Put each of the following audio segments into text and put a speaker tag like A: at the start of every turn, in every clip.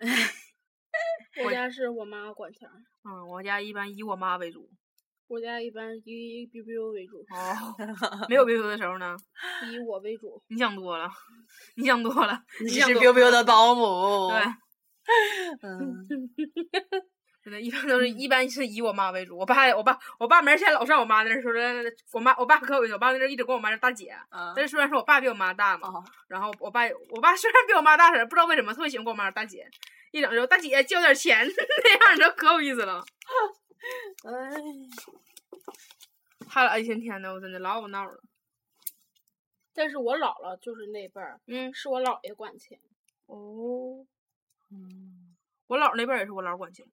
A: 我
B: 我
A: 家是我妈管钱儿，
B: 嗯，我家一般以我妈为主。
A: 我家一般以 BBO 为主，
B: 哦，没有 BBQ 的时候呢，
A: 以我为主。
B: 你想多了，你想多了，
C: 你
B: 想
C: 是
B: 多
C: 哦 biu biu 的保姆，
B: 对，
C: 嗯，
B: 真的，一般都是一般是以我妈为主。我爸，我爸，我爸没事老上我妈那儿说，我妈，我爸可有意思，我爸那阵儿一直管我妈叫大姐。
C: 啊
B: 但是虽然说我爸比我妈大嘛，
C: 哦，
B: 然后我爸，我爸虽然比我妈大点儿，不知道为什么特别喜欢管我妈叫大姐，一整就大姐交点钱 那样，你知道可有意思了。
C: 哎，
B: 他俩一天天的，我真的老有闹了。
A: 但是我姥姥就是那辈儿，
B: 嗯，
A: 是我姥爷管钱。
B: 哦，
C: 嗯，
B: 我姥儿那辈儿也是我姥儿管钱。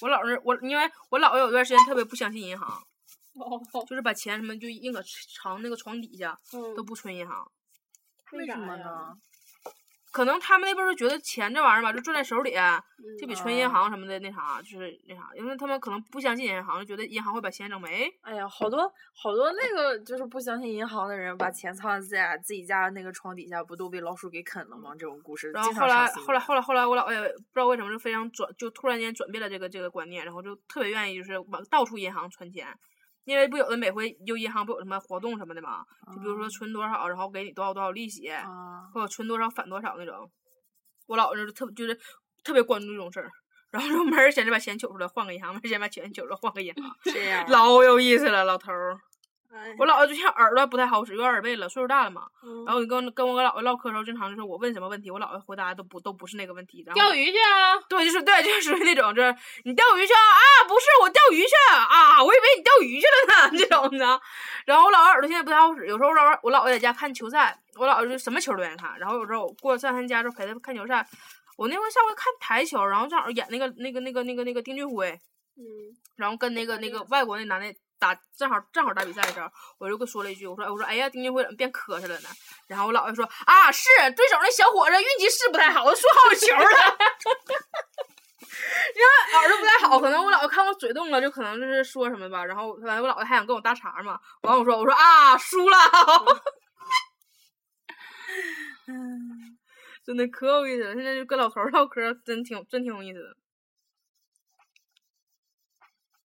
B: 我姥儿那我因为我姥爷有段时间特别不相信银行，
A: 哦，
B: 就是把钱什么就硬搁藏那个床底下，
A: 嗯
B: 都，不存银行。
A: 为
C: 为什
A: 啥
C: 么
A: 呀
C: 呢？
B: 可能他们那边儿就觉得钱这玩意儿吧，就攥在手里，
A: 嗯
B: 就
C: 嗯
B: 比存银行什么的那啥，就是那啥，因为他们可能不相信银行，就觉得银行会把钱整没。
C: 哎呀，好多好多那个就是不相信银行的人，把钱藏在自家自己家那个床底下，不都被老鼠给啃了吗？这种故事。
B: 然后
C: 经常
B: 后
C: 上
B: 来
C: 新
B: 后来
C: 闻
B: 后来后来，我姥爷不知道为什么就非常转，就突然间转变了这个这个观念，然后就特别愿意就是往到处银行存钱，因为不有的每回就银行不有什么活动什么的嘛，就比如
C: 哦
B: 说存多少，然后给你多少多少利息，
C: 啊，
B: 或者存多少返多少那种。我姥爷就特就是特别关注这种事儿，然后就没人闲着把钱取出来换个银行，没人闲着把钱取出来换个银行，
C: 这样
B: 老有意思了，老头儿。
A: 哎
B: 我姥爷就像耳朵不太好使，有耳背了，岁数大了嘛。
A: 嗯
B: 然后你跟跟我姥爷唠嗑的时候，经常就是我问什么问题，我姥爷回答都不都不是那个问题。然后
A: 钓鱼去啊！
B: 对，就是对，就是属于那种，就是你钓鱼去啊？啊不是，我钓鱼去啊！我以为你钓鱼去了呢，这种的。然后我姥爷耳朵现在不太好使，有时候我姥爷我姥爷在家看球赛，我姥爷就什么球都愿意看。然后有时候我过上他家之后陪他看球赛，我那回上回看台球，然后正好演那个那个那个那个那个丁俊晖，
A: 嗯，
B: 然后跟那个那个外国那男的打，正好正好打比赛的时候，我就跟说了一句，我说哎我说哎呀，丁俊晖怎么变磕碜了呢？然后我姥爷说啊，是对手那小伙子运气是不太好，我说好球了。 然后耳朵不太好，可能我姥爷看我嘴动了，就可能就是说什么吧。然后反正我姥爷还想跟我搭茬嘛，完我说我说啊输了，
C: 嗯，
B: 真的可有意思了。现在就跟老头儿唠嗑儿，真挺真挺有意思的。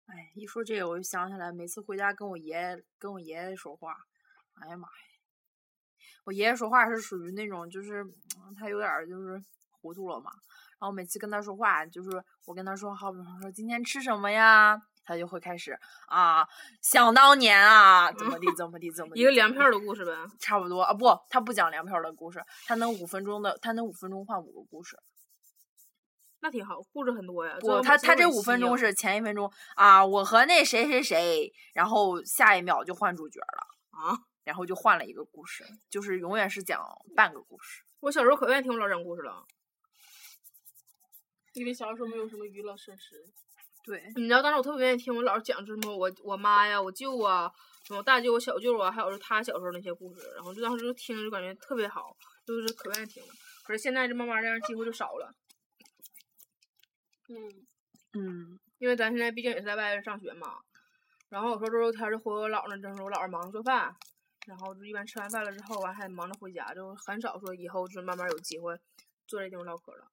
C: 哎，一说这个我就想起来，每次回家跟我爷爷跟我爷爷说话，哎呀妈呀，我爷爷说话是属于那种就是嗯他有点儿就是糊涂了嘛，然后每次跟他说话，就是我跟他说，好比方说今天吃什么呀，他就会开始啊，想当年啊，怎么地怎么地怎么地，
B: 一个
C: 怎么
B: 粮
C: 地
B: 票的故事呗，
C: 差不多啊，不，他不讲粮票的故事，他能五分钟的，他能五分钟换五个故事。
B: 那挺好，故事很多呀。
C: 不，他他这五分钟
B: 是。
C: 是前一分钟啊，我和那谁谁谁，然后下一秒就换主角了
B: 啊，
C: 然后就换了一个故事，就是永远是讲半个故事。
B: 我小时候可愿意听我老讲故事了。
A: 因为小时候没有什么娱乐设施。
C: 对，
B: 你知道当时我特别愿意听我姥讲，就是什么我我妈呀、我舅啊、什么我大舅、我小舅啊，还有是他小时候那些故事，然后就当时就听就感觉特别好，就是可愿意听了。可是现在这慢慢这样机会就少了，
A: 嗯，
C: 嗯，
B: 因为咱现在毕竟也是在外边上学嘛。然后有时候周六天就回我姥那儿，正是我姥儿忙着做饭，然后就一般吃完饭了之后，完还忙着回家，就很少说以后就慢慢有机会坐这地方唠嗑了。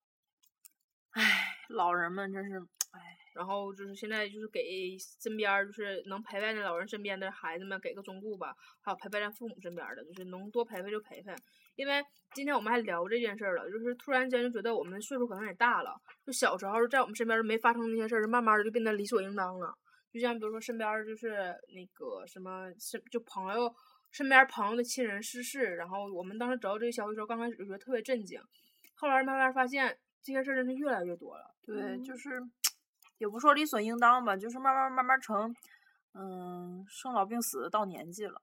C: 唉，老人们真是，唉，
B: 然后就是现在就是给身边儿就是能陪伴在老人身边的孩子们给个忠告吧，还有陪伴在父母身边儿的，就是能多陪陪就陪陪。因为今天我们还聊这件事儿了，就是突然间就觉得我们岁数可能也大了，就小时候在我们身边儿没发生那些事儿，就慢慢的就变得理所应当了。就像比如说身边儿就是那个什么身就朋友身边儿朋友的亲人逝世，然后我们当时得到这个消息的时候，刚开始就觉得特别震惊，后来慢慢发现这些事儿真是越来越多了。
C: 对，就是也不说理所应当吧，就是慢慢慢慢成，嗯，生老病死到年纪了。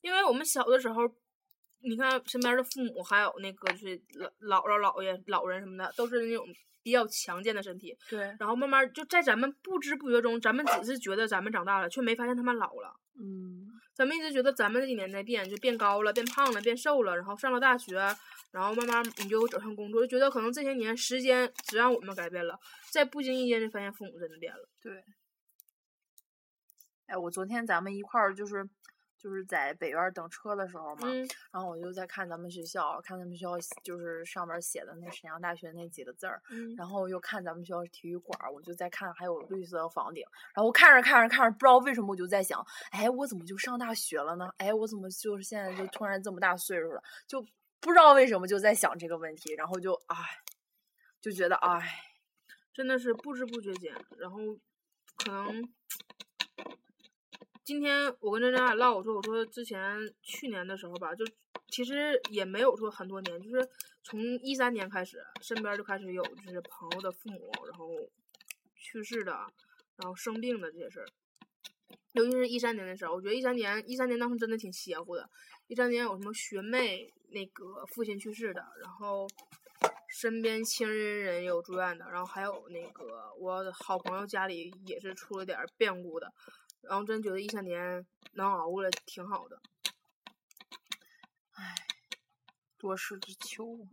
B: 因为我们小的时候，你看身边的父母，还有那个就是老姥姥、姥爷、老人什么的，都是那种比较强健的身体。
C: 对，
B: 然后慢慢就在咱们不知不觉中，咱们只是觉得咱们长大了，却没发现他们老了。
C: 嗯，
B: 咱们一直觉得咱们这几年在变，就变高了、变胖了、变瘦了，然后上了大学，然后慢慢你就走上工作，就觉得可能这些年时间只让我们改变了，在不经意间就发现父母真的变了。
C: 哎，我昨天咱们一块儿就是就是在北院儿等车的时候嘛，
B: 嗯，
C: 然后我就在看咱们学校，看咱们学校写就是上面写的那沈阳大学那几个字儿，
A: 嗯
C: 然后又看咱们学校体育馆儿，我就在看还有绿色房顶，然后看着看着看着，不知道为什么我就在想，哎，我怎么就上大学了呢？哎，我怎么就是现在就突然这么大岁数了？就不知道为什么就在想这个问题，然后就哎，就觉得哎，
B: 真的是不知不觉间，然后可能今天我跟珍珍俩唠，我说我说之前去年的时候吧，就其实也没有说很多年，就是从一三年开始，身边就开始有就是朋友的父母然后去世的，然后生病的这些事儿。尤其是一三年的时候，我觉得一三年一三年当时真的挺邪乎的。一三年有什么学妹那个父亲去世的，然后身边亲人也有住院的，然后还有那个我好朋友家里也是出了点儿变故的，然后真觉得一三年能熬过来挺好的。
C: 多事之秋啊。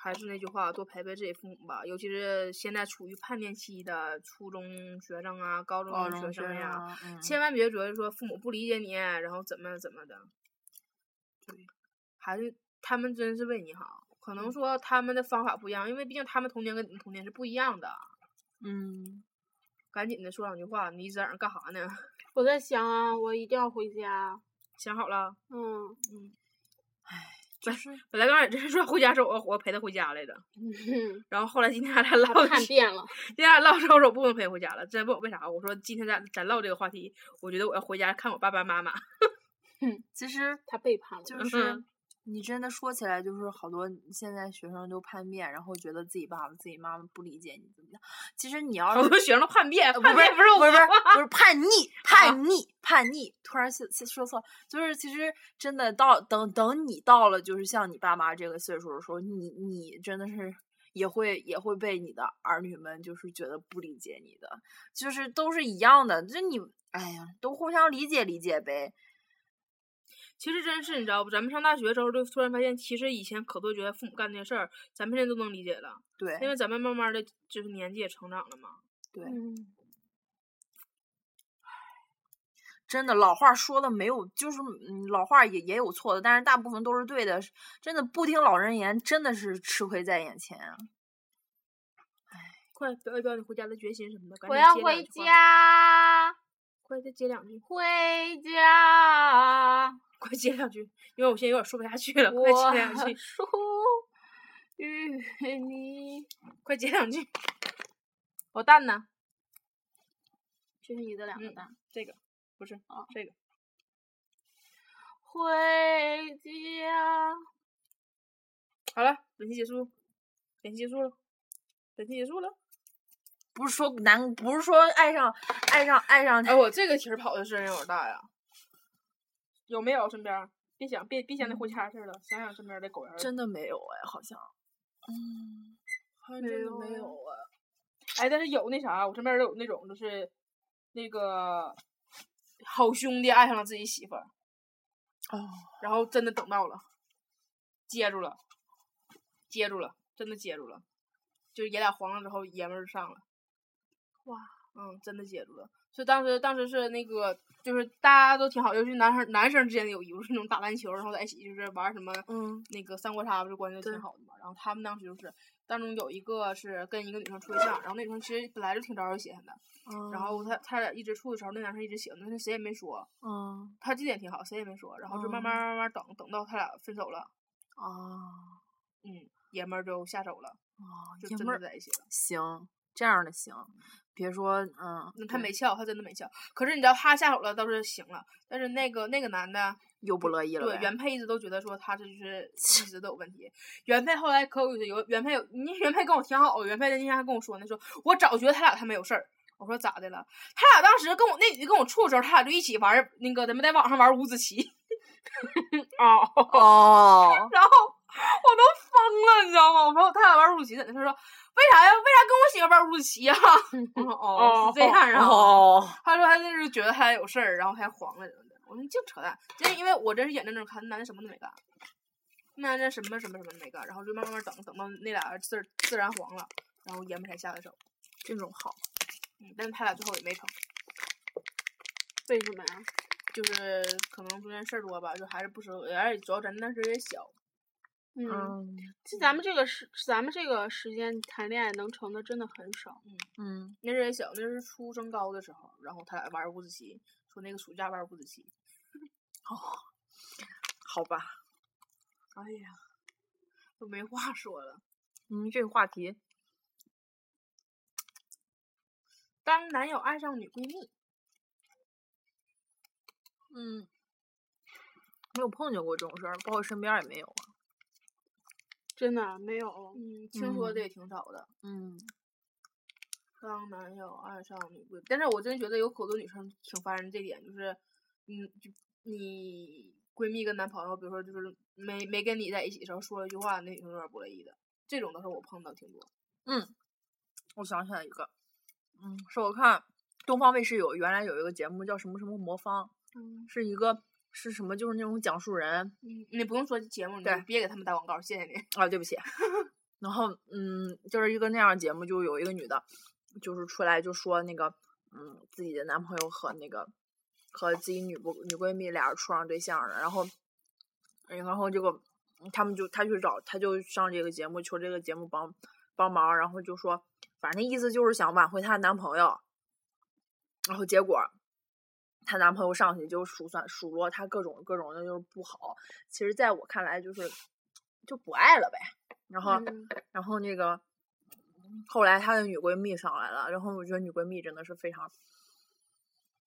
B: 还是那句话，多陪陪自己父母吧，尤其是现在处于叛逆期的初中学生啊、高
C: 高
B: 中
C: 中
B: 学生呀、
C: 啊，嗯
B: 千万别觉得说父母不理解你，然后怎么怎么的，对，还是他们真是为你好。可能说他们的方法不一样，因为毕竟他们童年跟你们童年是不一样的。
C: 嗯，
B: 赶紧的说两句话，你一直在那儿干啥呢？
A: 我在想啊，我一定要回家。
B: 想好了，
A: 嗯，
C: 就是
B: 本来刚开始真是说回家时候，我我陪他回家来着，然后后来今天俺俩
A: 他
B: 唠
A: 叛
B: 起，
A: 变了。
B: 今天俺俩唠之后我说不能陪回家了，真问我为啥，我说今天咱咱唠这个话题，我觉得我要回家看我爸爸妈妈。
C: 其实
A: 他背叛了。
C: 就是
B: 嗯
C: 你真的说起来，就是好多现在学生都叛变，然后觉得自己爸爸、自己妈妈不理解你怎么样。其实你要
B: 好
C: 是
B: 多学生都叛变，
C: 呃
B: 叛变不是
C: 不是不是
B: 我啊
C: 不是 叛逆叛逆叛逆，突然说说错，就是其实真的到等等你到了就是像你爸妈这个岁数的时候，你你真的是也会也会被你的儿女们就是觉得不理解你的，就是都是一样的，就是你哎呀都互相理解理解呗，
B: 其实真是你知道不？咱们上大学之后，就突然发现，其实以前可多觉得父母干这些事儿，咱们现在都能理解了，
C: 对
B: 因为咱们慢慢的就是年纪也成长了嘛。
C: 对，
A: 嗯，
C: 真的老话说的没有，就是嗯老话也也有错的，但是大部分都是对的，真的不听老人言，真的是吃亏在眼前啊。
B: 快表一表你回家的决心什么的，赶
A: 我
B: 紧
A: 要
B: 接
A: 回
B: 两句话，
A: 家，
B: 快再接两句，
A: 回家。
B: 快接两句，因为我现在有点说不下去了，快接两
A: 我
B: 句，
A: 属于你，
B: 快接两句。我蛋呢？
A: 这是你的两个
B: 嗯
A: 蛋。
B: 这个不是
A: 哦
B: 这个，
A: 回家，
B: 好了，本期结束，本期结束了，本期结束了。
C: 不是说难，不是说爱上爱上爱上
B: 哎，我这个题儿跑的声音有点大呀，有没有身边儿？别想，别别想那回家事儿了，想想身边儿的狗人。
C: 真的没有哎，好像，嗯，好像真的没有哎。
B: 哎，但是有那啥，我身边儿有那种就是那个好兄弟爱上了自己媳妇儿，
C: 哦，
B: 然后真的等到了，接住了，接住了，真的接住了，就是爷俩黄了之后，爷们儿上了，哇，嗯，真的接住了。所以当时当时是那个，就是大家都挺好，尤其男生男生之间的友谊，不是那种打篮球，然后在一起就是玩儿什么，
C: 嗯，
B: 那个三国杀不是关系都
C: 对
B: 挺好的嘛。然后他们当时就是当中有一个是跟一个女生处对象，然后那女生其实本来就挺招人喜欢的，然
C: 哦
B: 后他他俩一直处的时候，那男生一直喜欢，但是谁也没说，
C: 嗯
B: 他这点挺好，谁也没说。然后就慢
C: 嗯
B: 慢慢慢等等到他俩分手了，
C: 啊啊，
B: 嗯，爷们儿就下手了，就
C: 爷
B: 真
C: 们
B: 的
C: 儿
B: 在一起了。
C: 行，这样的行，别说嗯，
B: 那他没撬，他真的没撬。可是你知道他下手了倒是行了，但是那个那个男的，
C: 又不乐意了
B: 对
C: 呗，
B: 原配一直都觉得说他这就是 一直都有问题。原配后来可有有原配有，你原配跟我挺好，原配那天还跟我说呢，说我早觉得他俩他没有事儿。我说咋的了？他俩当时跟我那女的跟我处的时候，他俩就一起玩儿那个咱们在网上玩儿五子棋。 哦，
C: 哦，
B: 然后我都疯了，你知道吗？我朋友他俩玩儿五子棋，在那他说为啥呀？为啥跟我媳妇儿玩儿五子棋呀、 我说哦，是这样啊。
C: 哦，
B: 他说他就是觉得他有事儿，然后还黄了什么的。我说你净扯淡，就是因为我真是眼睁睁看那男的什么都没干，那男的什么什么什么都没干，然后就慢慢慢等等到那俩人自自然黄了，然后爷们儿才下的手。
C: 这种好，
B: 嗯，但是他俩最后也没成，
A: 为什么呀？
B: 就是可能中间事儿多吧，就还是不适合。而且主要咱那时候也小，
A: 嗯，
C: 嗯
A: 其实咱们这个时，咱们这个时间谈恋爱能成的真的很少。
C: 嗯，
B: 那时候也小，那是初升高的时候，然后他俩玩儿五子棋，说那个暑假玩儿五子 棋。哦
C: 好吧，
B: 哎呀，都没话说了。
C: 嗯，这个话题
B: 当男友爱上女闺蜜，
C: 嗯，没有碰见过这种事儿，包括身边儿也没有啊。
A: 真的没有。
B: 嗯，听说的也挺少的。
C: 嗯，
B: 当男友爱上女闺蜜，但是我真觉得有好多女生挺烦人这点，就是，嗯，就你闺蜜跟男朋友，比如说就是没没跟你在一起的时候说了一句话，那女生有点不乐意的，这种倒是我碰到挺多。
C: 我想起来一个，嗯，是我看东方卫视有原来有一个节目叫什么什么魔方，
B: 嗯
C: 是一个是什么就是那种讲述人
B: 你不用说节目，你
C: 对
B: 别给他们打广告，谢谢你。
C: 啊，对不起。 然后嗯，就是一个那样的节目，就有一个女的，就是出来就说那个嗯自己的男朋友和那个和自己女不女闺蜜俩人处上对象了，然后然后结果嗯他们就她去找她就上这个节目求这个节目帮帮忙，然后就说反正那意思就是想挽回她的男朋友，然后结果。她男朋友上去就数算数落她各种各种的，就是不好。其实，在我看来，就是就不爱了呗。然后，然后那个后来她的女闺蜜上来了，然后我觉得女闺蜜真的是非常，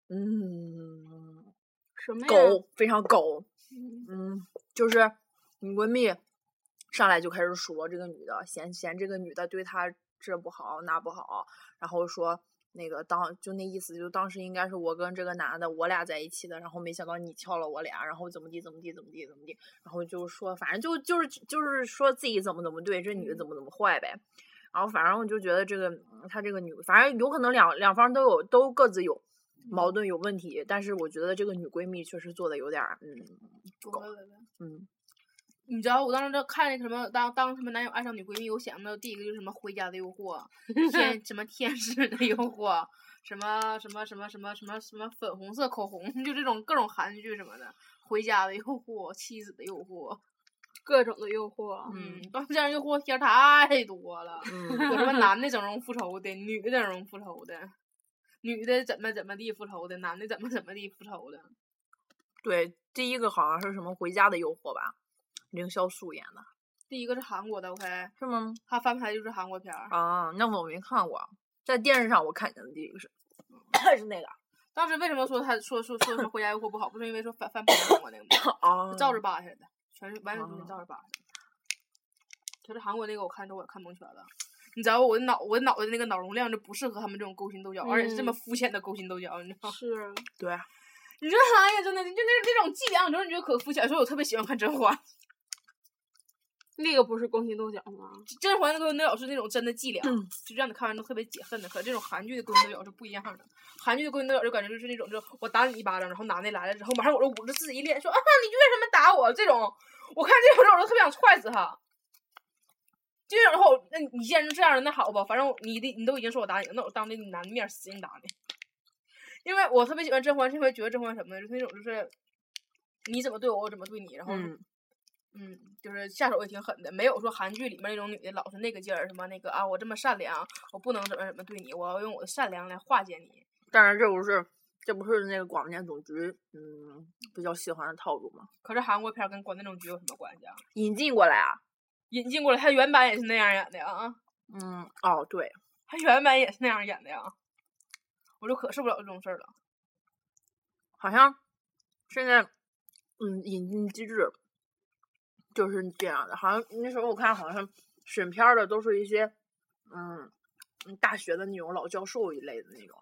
C: 嗯，
A: 什么呀？
C: 狗，非常狗，
A: 嗯
C: 嗯，就是女闺蜜上来就开始数落这个女的，嫌嫌这个女的对她这不好那不好，然后说那个当就那意思，就当时应该是我跟这个男的我俩在一起的，然后没想到你撬了我俩，然后怎么地怎么地怎么地怎么地，然后就说反正就就是就是说自己怎么怎么对，这女的怎么怎么坏呗。然后反正我就觉得这个嗯她这个女，反正有可能两两方都有都各自有矛盾有问题，但是我觉得这个女闺蜜确实做的有点儿嗯狗 嗯
B: 你知道我当时在看那什么当当什么男友爱上女闺蜜，我想到第一个就是什么《回家的诱惑》，天什么天使的诱惑，什么什么什么什么什么什么粉红色口红，就这种各种韩剧什么的，《回家的诱惑》《妻子的诱惑》，
A: 各种的诱惑。
B: 嗯，当这样诱惑天儿太多了，
C: 嗯
B: 有什么男的整容复仇的，女的整容复仇的，女的怎么怎么地复仇的，男的怎么怎么地复仇的，
C: 对，第一个好像是什么《回家的诱惑》吧，凌潇肃演的，
B: 第一个是韩国的，OK，
C: 是吗？
B: 他翻拍就是韩国片儿。
C: 啊，那我没看过，在电视上我看见的第一个是 是那个
B: 当时为什么说他说说说什么回家诱惑不好，不是因为说翻翻拍韩国那个吗？
C: 啊，
B: 照着扒下来的，全是完全
C: 哦
B: 是照着扒下来的。就是韩国那个，我看着我也看蒙圈了。你知道我脑我脑袋那个脑容量就不适合他们这种勾心斗角，而且是这么
A: 嗯
B: 肤浅的勾心斗角，你知道吗？
A: 是，
C: 对，
B: 你说哎呀，真的，就那这种伎俩，你说你觉得可肤浅，所以我特别喜欢看《甄嬛》，
A: 那个不是勾心斗角吗？
B: 《甄嬛》那个那老是那种真的伎俩，
C: 嗯
B: 就让你看完都特别解恨的。可这种韩剧的勾心斗角是不一样的，韩剧的勾心斗角就感觉就是那种，就我打你一巴掌，然后男的来了之后，马上我就捂着自己一脸说啊，你为什么打我？这种，我看这种我就特别想踹死他。这种的话，我那你既然是这样的，那好吧，反正你的你都已经说我打你了，那我当着你男的面使劲打你。因为我特别喜欢甄嬛，是因为觉得甄嬛什么呢？就是那种就是你怎么对我，我怎么对你，然后
C: 嗯
B: 嗯，就是下手也挺狠的，没有说韩剧里面那种女的老是那个劲儿，什么那个啊，我这么善良，我不能怎么怎么对你，我要用我的善良来化解你。
C: 但是这不是这不是那个广电总局嗯比较喜欢的套路吗？
B: 可是韩国片儿跟广电总局有什么关系啊？
C: 引进过来啊，
B: 引进过来，他原版也是那样演的啊，
C: 嗯哦对，
B: 他原版也是那样演的呀，我就可受不了这种事儿了。
C: 好像现在嗯引进机制就是这样的，好像那时候我看好像审片儿的都是一些嗯嗯大学的那种老教授一类的那种，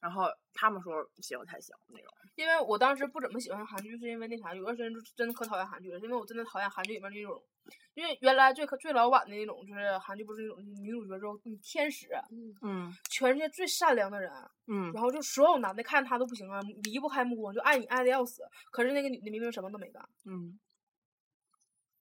C: 然后他们说行才行那种。
B: 因为我当时不怎么喜欢韩剧，是因为那啥，有段时间就真的可讨厌韩剧了，因为我真的讨厌韩剧里面那种，因为原来最可最老版的那种，就是韩剧不是那种女主角之后，嗯天使，
C: 嗯
B: 全世界最善良的人，
C: 嗯
B: 然后就所有男的看她都不行啊，离不开目光，就爱你爱的要死。可是那个女的明明什么都没干，
C: 嗯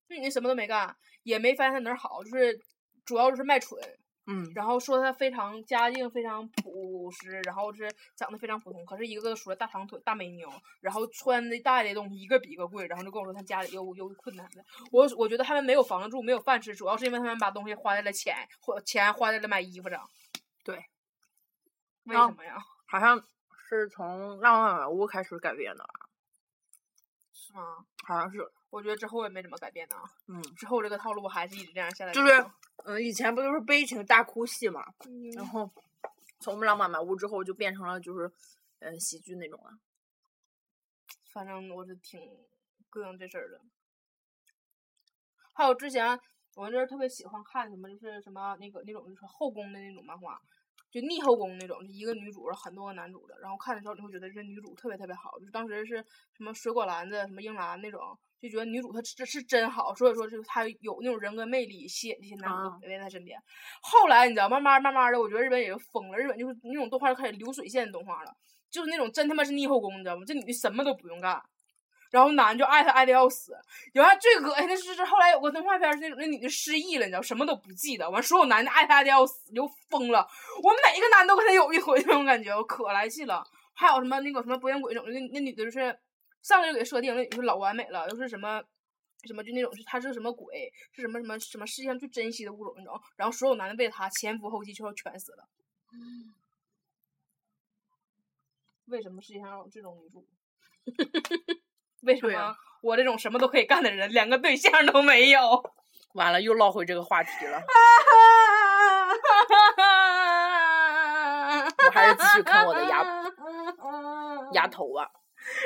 B: 那女的什么都没干，也没发现她哪儿好，就是主要就是卖蠢，
C: 嗯
B: 然后说她非常家境非常朴实，然后是长得非常普通，可是一个个说大长腿大美妞，然后穿的带的东西一个比一个贵，然后就跟我说她家里有有困难的。我我觉得他们没有房子住，没有饭吃，主要是因为他们把东西花在了钱，花钱花在了买衣服上。
C: 对，
B: 为
C: 啊
B: 什么呀？
C: 好像是从《浪漫满屋》开始改编的吧，
B: 是吗？
C: 好像是。
B: 嗯我觉得之后也没怎么改变呢。
C: 嗯，
B: 之后这个套路我还是一直这样下来。
C: 就是嗯，以前不都是悲情大哭戏嘛，
A: 嗯
C: 然后从《浪漫满屋》之后就变成了就是，嗯，喜剧那种了。
B: 反正我是挺膈应这事儿的。还有之前我那儿特别喜欢看什么，就是什么那个那种就是后宫的那种漫画，就逆后宫那种，就一个女主然后很多个男主的，然后看的时候你会觉得这女主特别特别好，就当时是什么水果篮子、什么樱兰那种，就觉得女主她这是真好，所以说就她有那种人格魅力，吸引这些男主
C: 啊
B: 都围在她身边。后来你知道，慢慢慢慢的，我觉得日本也就疯了，日本就是那种动画就开始流水线动画了。就是那种真他妈是逆后宫，你知道吗？这女的什么都不用干，然后男就爱她爱的要死。然后最恶心的是，是后来有个动画片儿是那种那女的失忆了，你知道什么都不记得，完所有男的爱她爱的要死，就疯了。我每个男都跟她有一腿那种感觉，我可来气了。还有什么那个什么博眼鬼那种，那那女的就是上来就给设定那女的是老完美了，又是什么。什么就那种是她是什么鬼，是什么什么什么世界上最珍惜的物种那种，然后所有男的为了她前赴后继，最后全死了。为什么世界上有这种女主？ 为什
C: 对
B: 么
C: 啊
B: 我这种什么都可以干的人，连个对象都没有？
C: 完了，又唠回这个话题了。我还是继续看我的牙
B: 嗯
C: 牙头啊吧。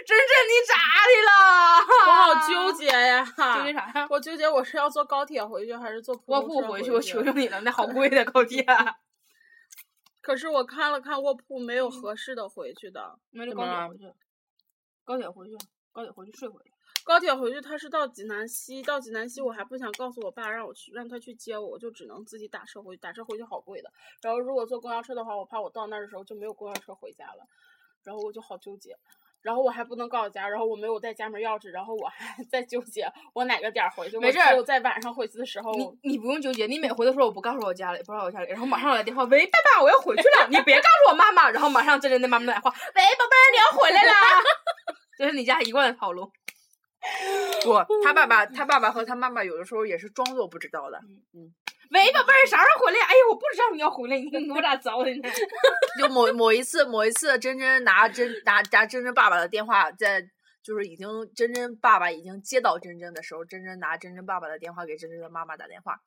B: 真是你咋
A: 我
B: 的了？
A: 好纠结啊呀！
B: 纠结啥呀？
A: 我纠结我是要坐高铁回去还是坐
B: 卧
A: 普
B: 铺
A: 通车
B: 回
A: 回
B: 去，我求求你了，那好贵 的高铁。啊
A: 可是我看了看卧铺，没有合适的回去的。
B: 那就
C: 怎么
B: 高铁
C: 了
B: 回去，高铁回去，高铁回去睡回去。
A: 高铁回去，他是到济南西，到济南西我还不想告诉我爸让我去，让他去接我，我就只能自己打车回去，打车回去好贵的。然后如果坐公交车的话，我怕我到那儿的时候就没有公交车回家了，然后我就好纠结。然后我还不能告诉家，然后我没有带家门钥匙，然后我还 在纠结我哪个点儿回去。
B: 没
A: 我
B: 事
A: 只
B: 儿
A: 有在晚上回去的时候，
B: 哦你你不用纠结，你每回都说我不告诉我家里，不告诉我家里，然后马上我来电话，喂，爸爸，我要回去了，你别告诉我妈妈，然后马上真真的妈妈来电话，喂，宝贝儿，你要回来 啦，这是你家一贯的套路。
C: 不，他爸爸，他爸爸和他妈妈有的时候也是装作不知道的。
B: 喂，宝贝儿，啥时候回来？哎呀，我不知道你要回来，你 你我咋找你呢？
C: 就某某一次，某一次，珍珍拿珍拿拿珍珍爸爸的电话在，就是已经珍珍爸爸已经接到珍珍的时候，珍珍拿珍珍爸爸的电话给珍珍的妈妈打电话，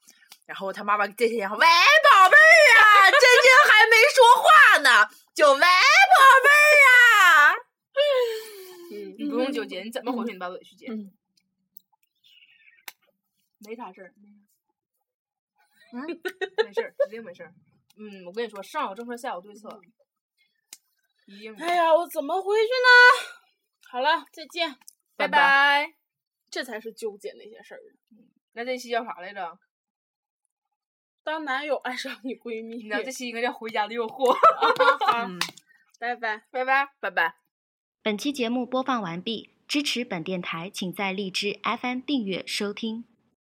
C: 然后他妈妈接起电话，喂，宝贝儿啊，珍珍还没说话呢，就喂，宝贝儿啊。
B: 你不用纠结，你怎么回去你把尾去接，
C: 嗯
B: 没啥事儿，没
C: 嗯
B: 啥事儿， 没事儿，指定没事儿。嗯，我跟你说，上有政策，下有对
C: 嗯
B: 策，一定的。
A: 哎呀，我怎么回去呢？好了，再见。
B: 拜
C: 拜
B: 拜。
A: 这才是纠结那些事儿。
B: 那这期叫啥来着？
A: 当男友爱上你闺蜜，
B: 你知道这期应该叫《回家的诱惑》。
C: 嗯
A: 拜拜。
B: 拜拜。
C: 拜拜。
D: 本期节目播放完毕，支持本电台，请在荔枝 FM 订阅收听。